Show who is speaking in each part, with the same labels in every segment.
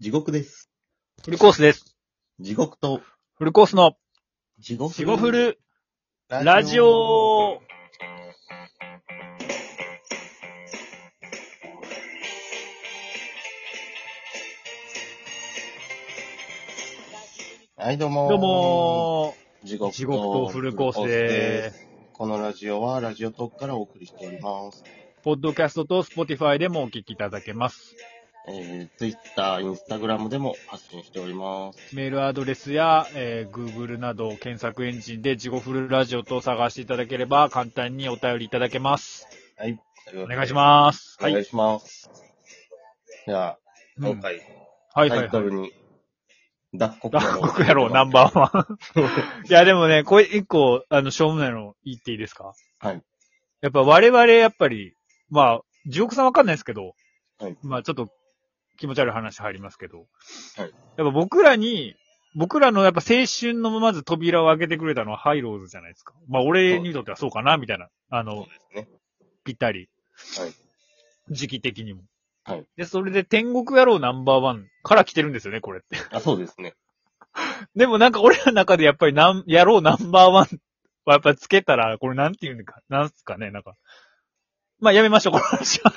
Speaker 1: 地獄です。
Speaker 2: フルコースです。
Speaker 1: 地獄と、
Speaker 2: フルコースの、
Speaker 1: 地獄
Speaker 2: しごフルラジオ。
Speaker 1: はい、どうもー
Speaker 2: どうも
Speaker 1: 地
Speaker 2: ー、
Speaker 1: 獄と、
Speaker 2: 地獄とフルコースでーす。
Speaker 1: このラジオは、ラジオトークからお送りしております。
Speaker 2: ポッドキャストと Spotify でもお聞きいただけます。
Speaker 1: えー、Twitter、Instagram でも発信しております。
Speaker 2: メールアドレスや、えー Google など検索エンジンで地獄フルラジオと探していただければ簡単にお便りいただけます。
Speaker 1: はい。
Speaker 2: お願いします。
Speaker 1: お
Speaker 2: はい。
Speaker 1: 願
Speaker 2: はい
Speaker 1: いします。では、
Speaker 2: うん
Speaker 1: 今回、
Speaker 2: はいは
Speaker 1: タ
Speaker 2: い
Speaker 1: イト。ルに、脱獄
Speaker 2: 脱獄やろう、ナンバーワン。いや、でもね、これ一個、あの、しょうもないの言っていいですか
Speaker 1: はい。
Speaker 2: やっぱ我々、やっぱり、まあ、地獄さんわかんないですけど、
Speaker 1: はい
Speaker 2: まあ、ちょっと気持ち悪い話入りますけど、
Speaker 1: はい
Speaker 2: やっぱ僕らに、僕らのやっぱ青春のまず扉を開けてくれたのはハイローズじゃないですか。まあ、俺にとってはそうかな、みたいな、あ
Speaker 1: そう
Speaker 2: の、
Speaker 1: ですね。
Speaker 2: ぴったり。
Speaker 1: はい
Speaker 2: 時期的にも。
Speaker 1: はい
Speaker 2: で、それで天国野郎ナンバーワンから来てるんですよね、これって。
Speaker 1: あ、そうですね。
Speaker 2: でもなんか俺らの中でやっぱりなん、野郎ナンバーワンはやっぱつけたら、これなんていうんか、なんすかね、なんか。まあやめましょう、この話は。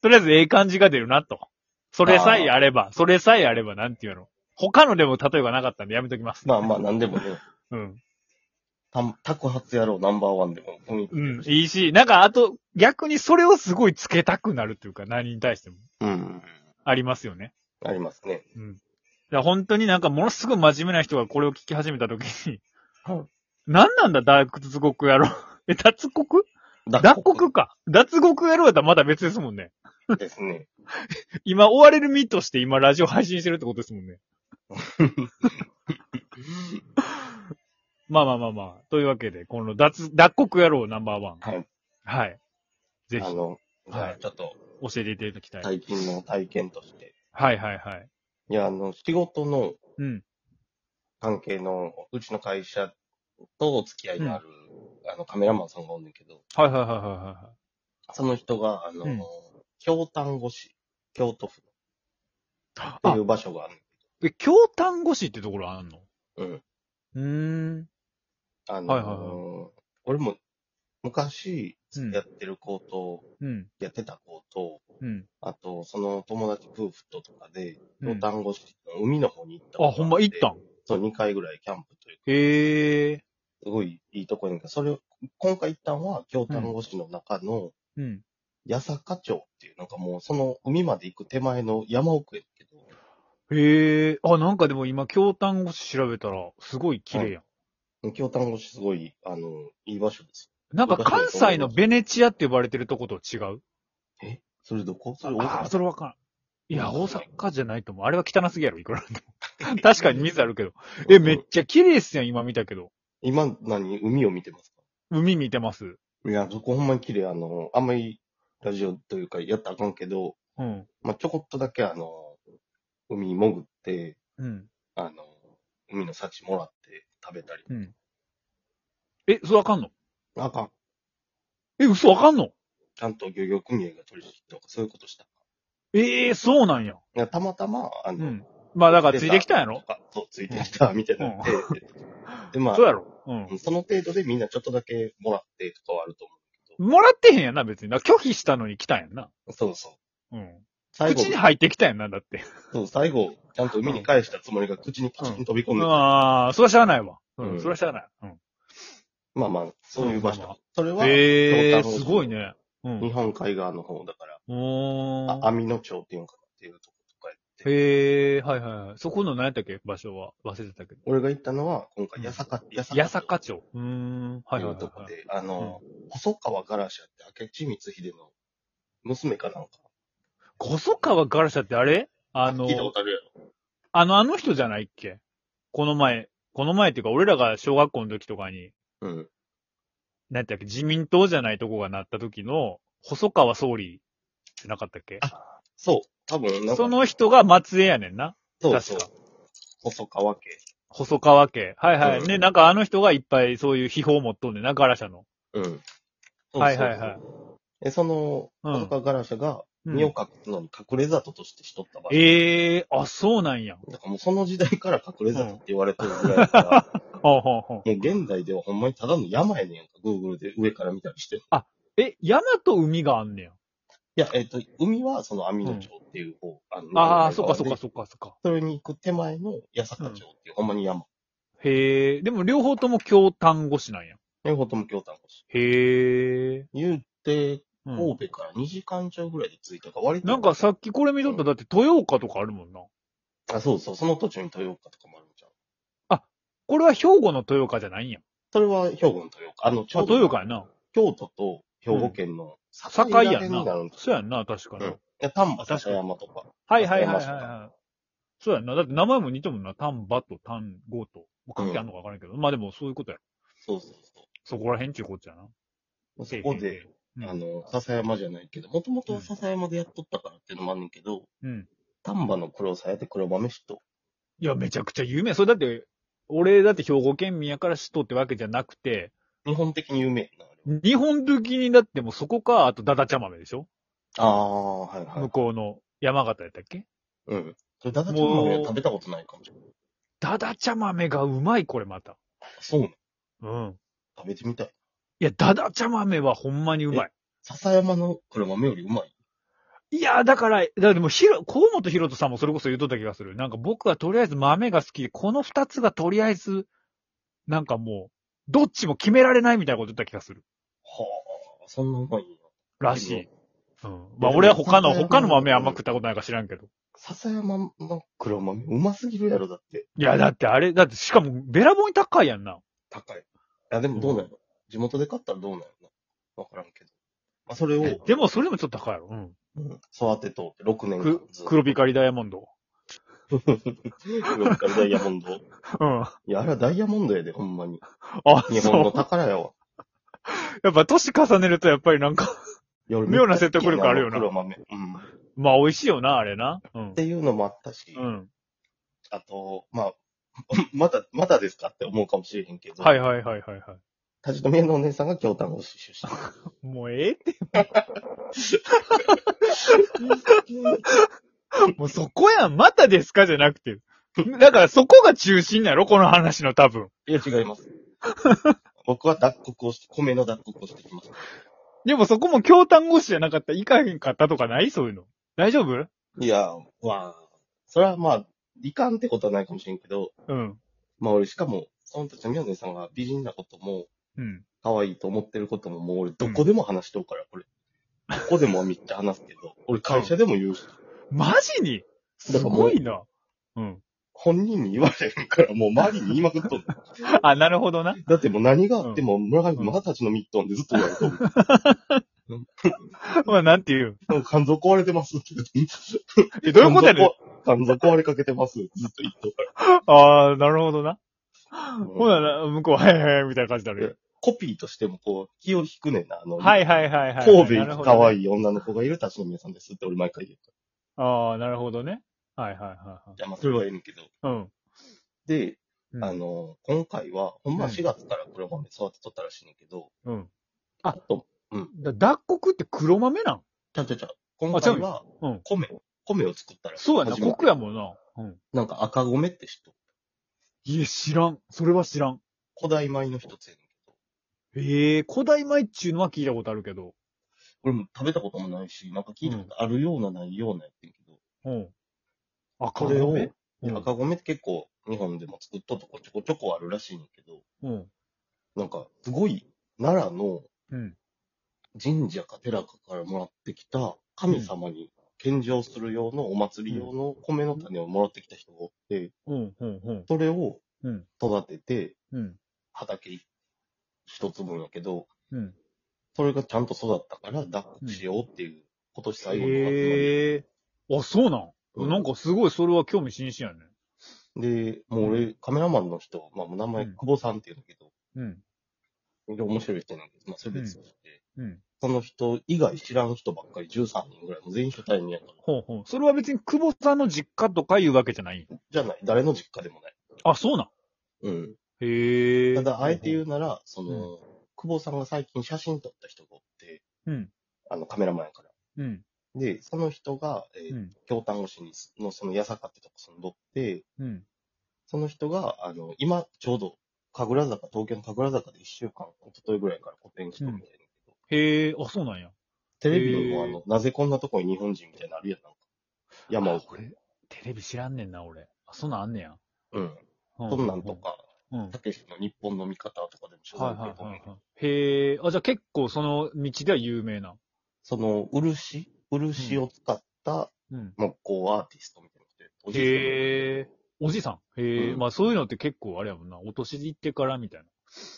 Speaker 2: とりあえずええ感じが出るなと。それさえあれば、それさえあればなんていうの。他のでも例えばなかったんでやめときます。
Speaker 1: まあまあ、なんでもね、
Speaker 2: うん。
Speaker 1: た宅発野郎ナンバーワンでも、うん
Speaker 2: うん、いいし、なんかあと、逆にそれをすごいつけたくなるというか、何に対しても。
Speaker 1: うん。
Speaker 2: ありますよね。
Speaker 1: ありますね。
Speaker 2: うん。だから本当になんかものすごい真面目な人がこれを聞き始めた時に、
Speaker 1: はい
Speaker 2: 何なんだ、ダーク脱獄野郎。 え、脱獄
Speaker 1: 脱
Speaker 2: 脱獄か。脱獄野郎だったらまだ別ですもんね。
Speaker 1: ですね。
Speaker 2: 今追われる身として今ラジオ配信してるってことですもんね。まあまあまあまあ。というわけで、この脱、脱獄野郎ナンバーワン。
Speaker 1: はい。
Speaker 2: はい。ぜひ
Speaker 1: あ、の、じゃ
Speaker 2: は
Speaker 1: あ
Speaker 2: い
Speaker 1: ちょっと、
Speaker 2: 教えていただきたい。はい、
Speaker 1: 最近の体験として。
Speaker 2: はい、はいはい。
Speaker 1: いや、あの、仕事の
Speaker 2: うん。
Speaker 1: 関係の、うちの会社とお付き合いのある、あの、カメラマンさんがおんねんけど、
Speaker 2: はいはいはいはいは
Speaker 1: その人が、あの、
Speaker 2: うん
Speaker 1: 京丹後市、京都府
Speaker 2: い。
Speaker 1: って
Speaker 2: あ
Speaker 1: い、う場所がある。
Speaker 2: え、京丹後市ってところあんの
Speaker 1: うん。
Speaker 2: うーん。
Speaker 1: あの、
Speaker 2: はいはい
Speaker 1: 俺も、昔、
Speaker 2: うん
Speaker 1: やってる子と、
Speaker 2: うん。
Speaker 1: やってた子と、
Speaker 2: うん。
Speaker 1: あと、その友達夫婦ととかで、
Speaker 2: う
Speaker 1: 京
Speaker 2: ん
Speaker 1: 丹後市の海の方に行ったことが
Speaker 2: あ、
Speaker 1: って
Speaker 2: ほんま行ったん
Speaker 1: そう、2回ぐらいキャンプというか、
Speaker 2: へえ。
Speaker 1: すごいいいとこやねんけど、それを、今回行ったのは、京丹後市の中の、
Speaker 2: うん。
Speaker 1: 八坂町っていう、なんかもう、その海まで行く手前の山奥やねんけど、
Speaker 2: へえ。あ、なんかでも今、京丹後市調べたら、すごい綺麗やん。
Speaker 1: 京丹後市すごい、あの、いい場所です
Speaker 2: なんか関西のベネチアって呼ばれてるとこと違う
Speaker 1: よ。えそれどこそれ
Speaker 2: ああ、
Speaker 1: 大
Speaker 2: それわかん。いや、大阪じゃないと思う。あれは汚すぎやろ、いくらなんでも。 確かに水あるけど。え、めっちゃ綺麗っすやん、今見たけど。
Speaker 1: 今、何、海を見てます
Speaker 2: 海見てます。
Speaker 1: かいや、そこほんまに綺麗。あの、あんまり、ラジオというか、やったらあかんけど、
Speaker 2: うん。
Speaker 1: まあ、ちょこっとだけ、あの、海潜って、
Speaker 2: うん。
Speaker 1: あの、海の幸もらって食べたり。
Speaker 2: うん。え、それわかんの
Speaker 1: あかん。
Speaker 2: え、嘘わかんの
Speaker 1: ちゃんと漁業組合が取り仕切りとか、そういうことした。
Speaker 2: ええそうなんや。
Speaker 1: いや、たまたま、あ
Speaker 2: う
Speaker 1: の、
Speaker 2: ん。まあだからついてきたんやろ
Speaker 1: あそう、ついてきた、みたいなって、 で、まあ
Speaker 2: そう、やろうん
Speaker 1: う。んその程度でみんなちょっとだけもらってとかはあると思
Speaker 2: もらってへんやんな、別に。だから拒否したのに来たんやんな。
Speaker 1: う。そうそう。
Speaker 2: うん。
Speaker 1: 最後
Speaker 2: 口、に入ってきたんやんな、だって。
Speaker 1: そう、最後、ちゃんと海に返したつもりが口にパチン飛び込んで、
Speaker 2: ああ、それはしゃあないわ。うん、
Speaker 1: うん
Speaker 2: それはしゃあない。うん。
Speaker 1: まあまあ、そういう場
Speaker 2: まあまあ
Speaker 1: 所。それは、
Speaker 2: ええ
Speaker 1: 京丹後市
Speaker 2: すごいね。う
Speaker 1: 日
Speaker 2: ん。
Speaker 1: 本海側の方だから、
Speaker 2: お
Speaker 1: あ
Speaker 2: ー。
Speaker 1: 網野町っていうんかなっていうとことかやって、
Speaker 2: へえはいはいはい。そこの何やったっけ場所は忘れてたけど。
Speaker 1: 俺が行ったのは、今回、八坂、八
Speaker 2: 八坂町。うーん。
Speaker 1: と
Speaker 2: はいいはいうはい
Speaker 1: とこ
Speaker 2: はい。
Speaker 1: で、あの、細川ガラシャって明智光秀の娘かなんか。
Speaker 2: 細川ガラシャってあれあの
Speaker 1: 聞い、たことあるやろ。
Speaker 2: あの、あの人じゃないっけこの前、この前っていうか、俺らが小学校の時とかに、
Speaker 1: うん。
Speaker 2: 何やったっけ自民党じゃないとこがなった時の、細川総理ってなかったっけ
Speaker 1: そう。多分、なんか、
Speaker 2: その人が松江やねんな。
Speaker 1: そうそう
Speaker 2: 確。
Speaker 1: 細川家。
Speaker 2: 細川家。はいはい。
Speaker 1: うん
Speaker 2: ね、なんかあの人がいっぱいそういう秘宝を持っとんねんな、ガラシャの。
Speaker 1: うん。
Speaker 2: はいはいはい
Speaker 1: い。え、その、
Speaker 2: うん
Speaker 1: 細川ガラシャが、
Speaker 2: うん
Speaker 1: 身を隠すのに隠れ里としてしとった場所。
Speaker 2: ええあ、そうなんや。
Speaker 1: だからもうその時代から隠れ里って言われてるぐらいだから、
Speaker 2: ほうほうほう。
Speaker 1: もう現代ではほんまにただの山やねんやんか、Google で上から見たりして。い
Speaker 2: え、山と海があんねや。
Speaker 1: や、えっ、と、海はその網野町っていう方、あの、
Speaker 2: ああ、
Speaker 1: 向
Speaker 2: そっ
Speaker 1: こ
Speaker 2: か
Speaker 1: う
Speaker 2: そっ
Speaker 1: 側
Speaker 2: か
Speaker 1: で。
Speaker 2: そっかそっか。
Speaker 1: それに行く手前の八坂町っていう、ほんまに山。
Speaker 2: へえ、でも両方とも京丹後市なんや。
Speaker 1: 両方とも京丹後市。
Speaker 2: へえ、
Speaker 1: 言うて、
Speaker 2: うん
Speaker 1: 神戸から2時間ちょいぐらいで着いたから、割と。
Speaker 2: なんかさっきこれ見とったらだって豊岡とかあるもんな。
Speaker 1: あ、そうそう、その途中に豊岡とかもあるんじゃん。
Speaker 2: これは兵庫の豊岡じゃないんや。
Speaker 1: それは兵庫の豊岡。あの、ち
Speaker 2: あ、
Speaker 1: ょうど
Speaker 2: 豊岡やな。
Speaker 1: 京都と兵庫県の
Speaker 2: 境やん
Speaker 1: にな
Speaker 2: な
Speaker 1: るん。です
Speaker 2: そう
Speaker 1: よ。
Speaker 2: やんな、確かに。
Speaker 1: うんで丹波
Speaker 2: あ確か
Speaker 1: 篠
Speaker 2: に
Speaker 1: 山とか。
Speaker 2: はいはいはいは
Speaker 1: 山
Speaker 2: い、
Speaker 1: 下
Speaker 2: はい。そうやんな。だって名前も似てもんな。丹波と丹後と。関係あんのかわからんけど。まあでもそういうことや。
Speaker 1: そうそう
Speaker 2: そこら辺っちゅうこっちゃな。
Speaker 1: そう。そこ
Speaker 2: へ
Speaker 1: で
Speaker 2: へ、うん
Speaker 1: あの、笹山じゃないけど、もともとは笹山でやっとったからっていうのもあんねんけど、
Speaker 2: うん。
Speaker 1: 丹波の黒鞘で黒豆市と、
Speaker 2: いや、めちゃくちゃ有名。それだって、俺だって兵庫県民やから知っとってわけじゃなくて、
Speaker 1: 日本的に有名やな。あれは
Speaker 2: 日本的にだってもうそこか、あとダダ茶豆でしょ
Speaker 1: ああ、はいは
Speaker 2: 向
Speaker 1: い。
Speaker 2: こうの山形やったっけ
Speaker 1: うん。それ、だだちゃんは食べたことないかもしれない。
Speaker 2: ダダ茶豆がうまい、これまた。
Speaker 1: そうなの
Speaker 2: うん。
Speaker 1: 食べてみたい。
Speaker 2: いや、ダダ茶豆はほんまにうまい。
Speaker 1: 笹山の黒豆よりうまい。
Speaker 2: いや、だから、だからでもひろ、河本ひろとさんもそれこそ言うとった気がする。なんか僕はとりあえず豆が好きで、この二つがとりあえず、なんかもう、どっちも決められないみたいなこと言った気がする。
Speaker 1: はあ、そんなうまいんや。
Speaker 2: らしい。うん。
Speaker 1: で
Speaker 2: まあ
Speaker 1: も
Speaker 2: 俺は他
Speaker 1: ダダ
Speaker 2: の、
Speaker 1: 茶豆
Speaker 2: 他の豆あんま食ったことないから知らんけど。
Speaker 1: 笹山の黒豆、うますぎるやろ、だって。
Speaker 2: いや、だってあれ、だってしかもべらぼうに高いやんな。
Speaker 1: 高い。いや、でもどうなんやろ。地元で買ったらどうなんやろな。わからんけど。まあ、それを、
Speaker 2: でもそれでもちょっと高いやろ。うん。
Speaker 1: うん育てとって6年間
Speaker 2: く
Speaker 1: ずっと。
Speaker 2: 黒光りダイヤモンド。
Speaker 1: 黒光ダイヤモンド。
Speaker 2: うん。
Speaker 1: いや、あれはダイヤモンドやで、ほんまに。
Speaker 2: あ、
Speaker 1: 日本の
Speaker 2: そう。
Speaker 1: 宝やわ。
Speaker 2: やっぱ年重ねるとやっぱりなんか、
Speaker 1: いや俺
Speaker 2: 妙な説得力あるよな
Speaker 1: 黒豆。うん。っ
Speaker 2: まあ美味しいよな、あれな。うん
Speaker 1: て。いうのもあったし、
Speaker 2: うん。
Speaker 1: あと、まあ、まだ、まだですかって思うかもしれへんけど、
Speaker 2: はいはいはいはいは
Speaker 1: 立ち止めのお姉さんが京丹後市出身。
Speaker 2: い。もうええって、もうそこやん、またですかじゃなくて。だからそこが中心なのこの話の多分。
Speaker 1: いや、違います。僕は脱穀をして、米の脱穀をしてきました。
Speaker 2: でもそこも京丹後市じゃなかったらいかへんかったとかないそういうの。大丈夫
Speaker 1: いや、まあ、それはまあ、いかんってことはないかもしれんけど、
Speaker 2: うん。
Speaker 1: まあ俺しかも、その時の宮根さんが美人なことも、
Speaker 2: うん。
Speaker 1: 可愛いと思ってることも、もう俺どこでも話しとうから、これ。どこでもめっちゃ話すけど、俺会社でも言うし、
Speaker 2: マジにすごいな。うん。
Speaker 1: 本人に言われへんから、もう周りに言いまくっとる。
Speaker 2: あ、なるほどな。
Speaker 1: だってもう何があっても、村上まだ立ちのミットンでずっと言わ れてる。
Speaker 2: まあなんていう。
Speaker 1: なんか肝臓壊れてますって。
Speaker 2: え、どういうことやねん。
Speaker 1: 肝臓壊れかけてます。ずっと言っとる
Speaker 2: ああ、なるほどな。
Speaker 1: から。
Speaker 2: ほなな、向こう、はいはいはい、みたいな感じになるよ。
Speaker 1: コピーとしてもこう、気を引くねんな。あの、
Speaker 2: はいはいはいはい。
Speaker 1: 神戸行く可
Speaker 2: い。
Speaker 1: 愛い女の子がいるたちの皆さんですって俺毎回言うか
Speaker 2: ああ、なるほどね。はいはいはいはい。
Speaker 1: ら。いや、まあそれはええねんけど。
Speaker 2: うん。
Speaker 1: で、
Speaker 2: うん
Speaker 1: あの、今回は、ほんま
Speaker 2: うん
Speaker 1: 4月から黒豆育てとったらしいねんけど、
Speaker 2: うん。
Speaker 1: あと、
Speaker 2: だ脱穀って黒豆なん
Speaker 1: ちゃうちゃうちゃう。今回は
Speaker 2: ううん、
Speaker 1: 米、米を作ったらしい。
Speaker 2: そうやな、
Speaker 1: 初めて
Speaker 2: 穀やもんな。うん。
Speaker 1: なんか赤米って人、
Speaker 2: いや、知らん。それは知らん。
Speaker 1: 古代米の一つやねんけど、
Speaker 2: ええ古代米っちゅうのは聞いたことあるけど。
Speaker 1: 俺も食べたこともないし、なんか聞いたことあるようなないようなやってんけど、
Speaker 2: うん。赤
Speaker 1: これを
Speaker 2: 米、うん
Speaker 1: 赤米って結構日本でも作っとったとこちょこちょこあるらしいねんけど、
Speaker 2: うん。
Speaker 1: なんか、すごい、奈良の
Speaker 2: うん。
Speaker 1: 神社か寺かからもらってきた、神様に献上する用のお祭り用の米の種をもらってきた人がおって、
Speaker 2: うん。うん。うん。
Speaker 1: それを
Speaker 2: うん
Speaker 1: 育てて、
Speaker 2: うん。
Speaker 1: 畑一つ分やけど、
Speaker 2: うん。
Speaker 1: それがちゃんと育ったから脱穀しようっていう、今年最後の集まり
Speaker 2: ええあ、そうなん、
Speaker 1: うん
Speaker 2: なんかすごい、それは興味津々やね。
Speaker 1: で、もう俺、カメラマンの人、まあ名前、
Speaker 2: うん
Speaker 1: 久保さんっていうんだけど、
Speaker 2: うん。
Speaker 1: 非常に面白い人なんです。まあそれ別にして、
Speaker 2: うん。
Speaker 1: その人以外知らん人ばっかり13人ぐらい、もう全員初対面やから。
Speaker 2: ほうほう。それは別に久保さんの実家とかいうわけじゃない。
Speaker 1: じゃない、誰の実家でもない。
Speaker 2: あ、そうなん
Speaker 1: うん。
Speaker 2: へえ。
Speaker 1: ただ、あえて言
Speaker 2: う。
Speaker 1: うなら、その、久保さんが最近写真撮った人がおって、
Speaker 2: うん。
Speaker 1: あの、カメラマンやから。
Speaker 2: うん。
Speaker 1: で、その人が、え
Speaker 2: う
Speaker 1: ー
Speaker 2: ん。
Speaker 1: 京丹後市にすのその八坂ってとこ住んどって、
Speaker 2: うん。
Speaker 1: その人が、あの、今、ちょうど、神楽坂、東京の神楽坂で1週間、一昨日ぐらいから個展しとるみたいな、
Speaker 2: へえ、あ、そうなんや。
Speaker 1: テレビにも、
Speaker 2: へ
Speaker 1: あ
Speaker 2: ー
Speaker 1: の、なぜこんなとこに日本人みたいなのあるやん、なんか。山を
Speaker 2: あ。俺、テレビ知らんねんな、俺。あ、そんなんあんねや。
Speaker 1: うん。
Speaker 2: う
Speaker 1: そんなんと。か、
Speaker 2: うん。はい
Speaker 1: たけしの日本の見方とかでも取
Speaker 2: は
Speaker 1: 材
Speaker 2: い
Speaker 1: 受
Speaker 2: は
Speaker 1: け
Speaker 2: い
Speaker 1: た
Speaker 2: はい
Speaker 1: ね。
Speaker 2: へえ、あ、じゃあ結構その道では有名な。
Speaker 1: その、漆漆を使った
Speaker 2: うん。
Speaker 1: 木工アーティストみたいな人でおじいさん
Speaker 2: へえ、おじさん。へえ、
Speaker 1: うん
Speaker 2: まあそういうのって結構あれやもんな。お年いってからみたいな。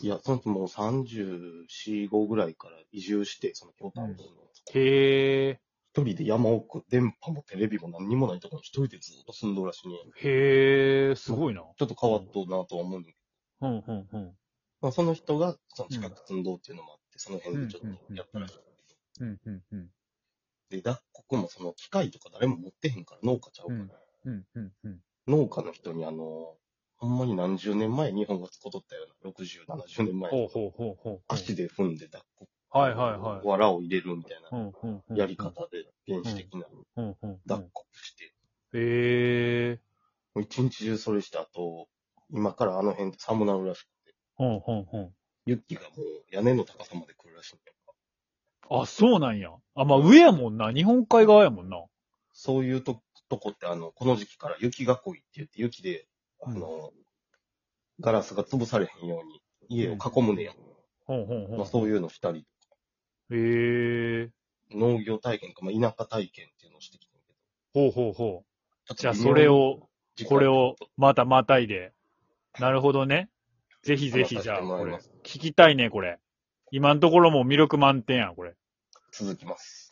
Speaker 1: いや、その人もう34、5ぐらいから移住して、その京丹後の、
Speaker 2: へえ、
Speaker 1: 一人で山奥、電波もテレビも何にもないところに一人でずっと住んどるらしいね。
Speaker 2: へえ、すごいな。
Speaker 1: ちょっと変わっとうなとは思うんだけど、
Speaker 2: うん、うん、うん。
Speaker 1: まあ、その人がその近く住んどうっていうのもあって、その辺でちょっとやったらしい。
Speaker 2: うん、うん、うん。
Speaker 1: で、脱穀もその機械とか誰も持ってへんから農家ちゃうから、
Speaker 2: んうん、うん、うん。
Speaker 1: 農家の人にあの、ほんまに何十年前日本が使っとったような、60、70年前
Speaker 2: ほうほうほうほう。
Speaker 1: 足で踏んで脱穀、
Speaker 2: はいはいはい。
Speaker 1: 藁を入れるみたい
Speaker 2: うん、うん、うん。
Speaker 1: なやり。方で原始的な
Speaker 2: うん、うん。う
Speaker 1: 脱
Speaker 2: ん
Speaker 1: 穀して、
Speaker 2: へえ、
Speaker 1: もう一日中それして、あと、今からあの辺で寒なるらしくて、
Speaker 2: うん、うん、うん。
Speaker 1: 雪がもう屋根の高さまで来るらしいんだよ。
Speaker 2: あ、そうなんや。あ、まあ上やもんな。日本海側やもんな。
Speaker 1: そういうととこって、あの、この時期から雪囲いって言って、雪で、あの、ガラスが潰されへんように、家を囲むねや、
Speaker 2: ほんほんほん。
Speaker 1: まあ、そういうのしたり、
Speaker 2: へえ。
Speaker 1: 農業体験とか、まあ、田舎体験っていうのをしてきたんだけど。
Speaker 2: ほうほうほう。
Speaker 1: ちょっと
Speaker 2: じゃあそれを、
Speaker 1: 時間
Speaker 2: これをまたまたいで。なるほどね。ぜひぜひ
Speaker 1: 話
Speaker 2: じ
Speaker 1: さ
Speaker 2: ゃ
Speaker 1: せ
Speaker 2: あ、
Speaker 1: てもら
Speaker 2: こ
Speaker 1: い
Speaker 2: れ
Speaker 1: ま。す
Speaker 2: 聞きたいね、これ。今のところもう魅力満点や、これ。
Speaker 1: 続きます。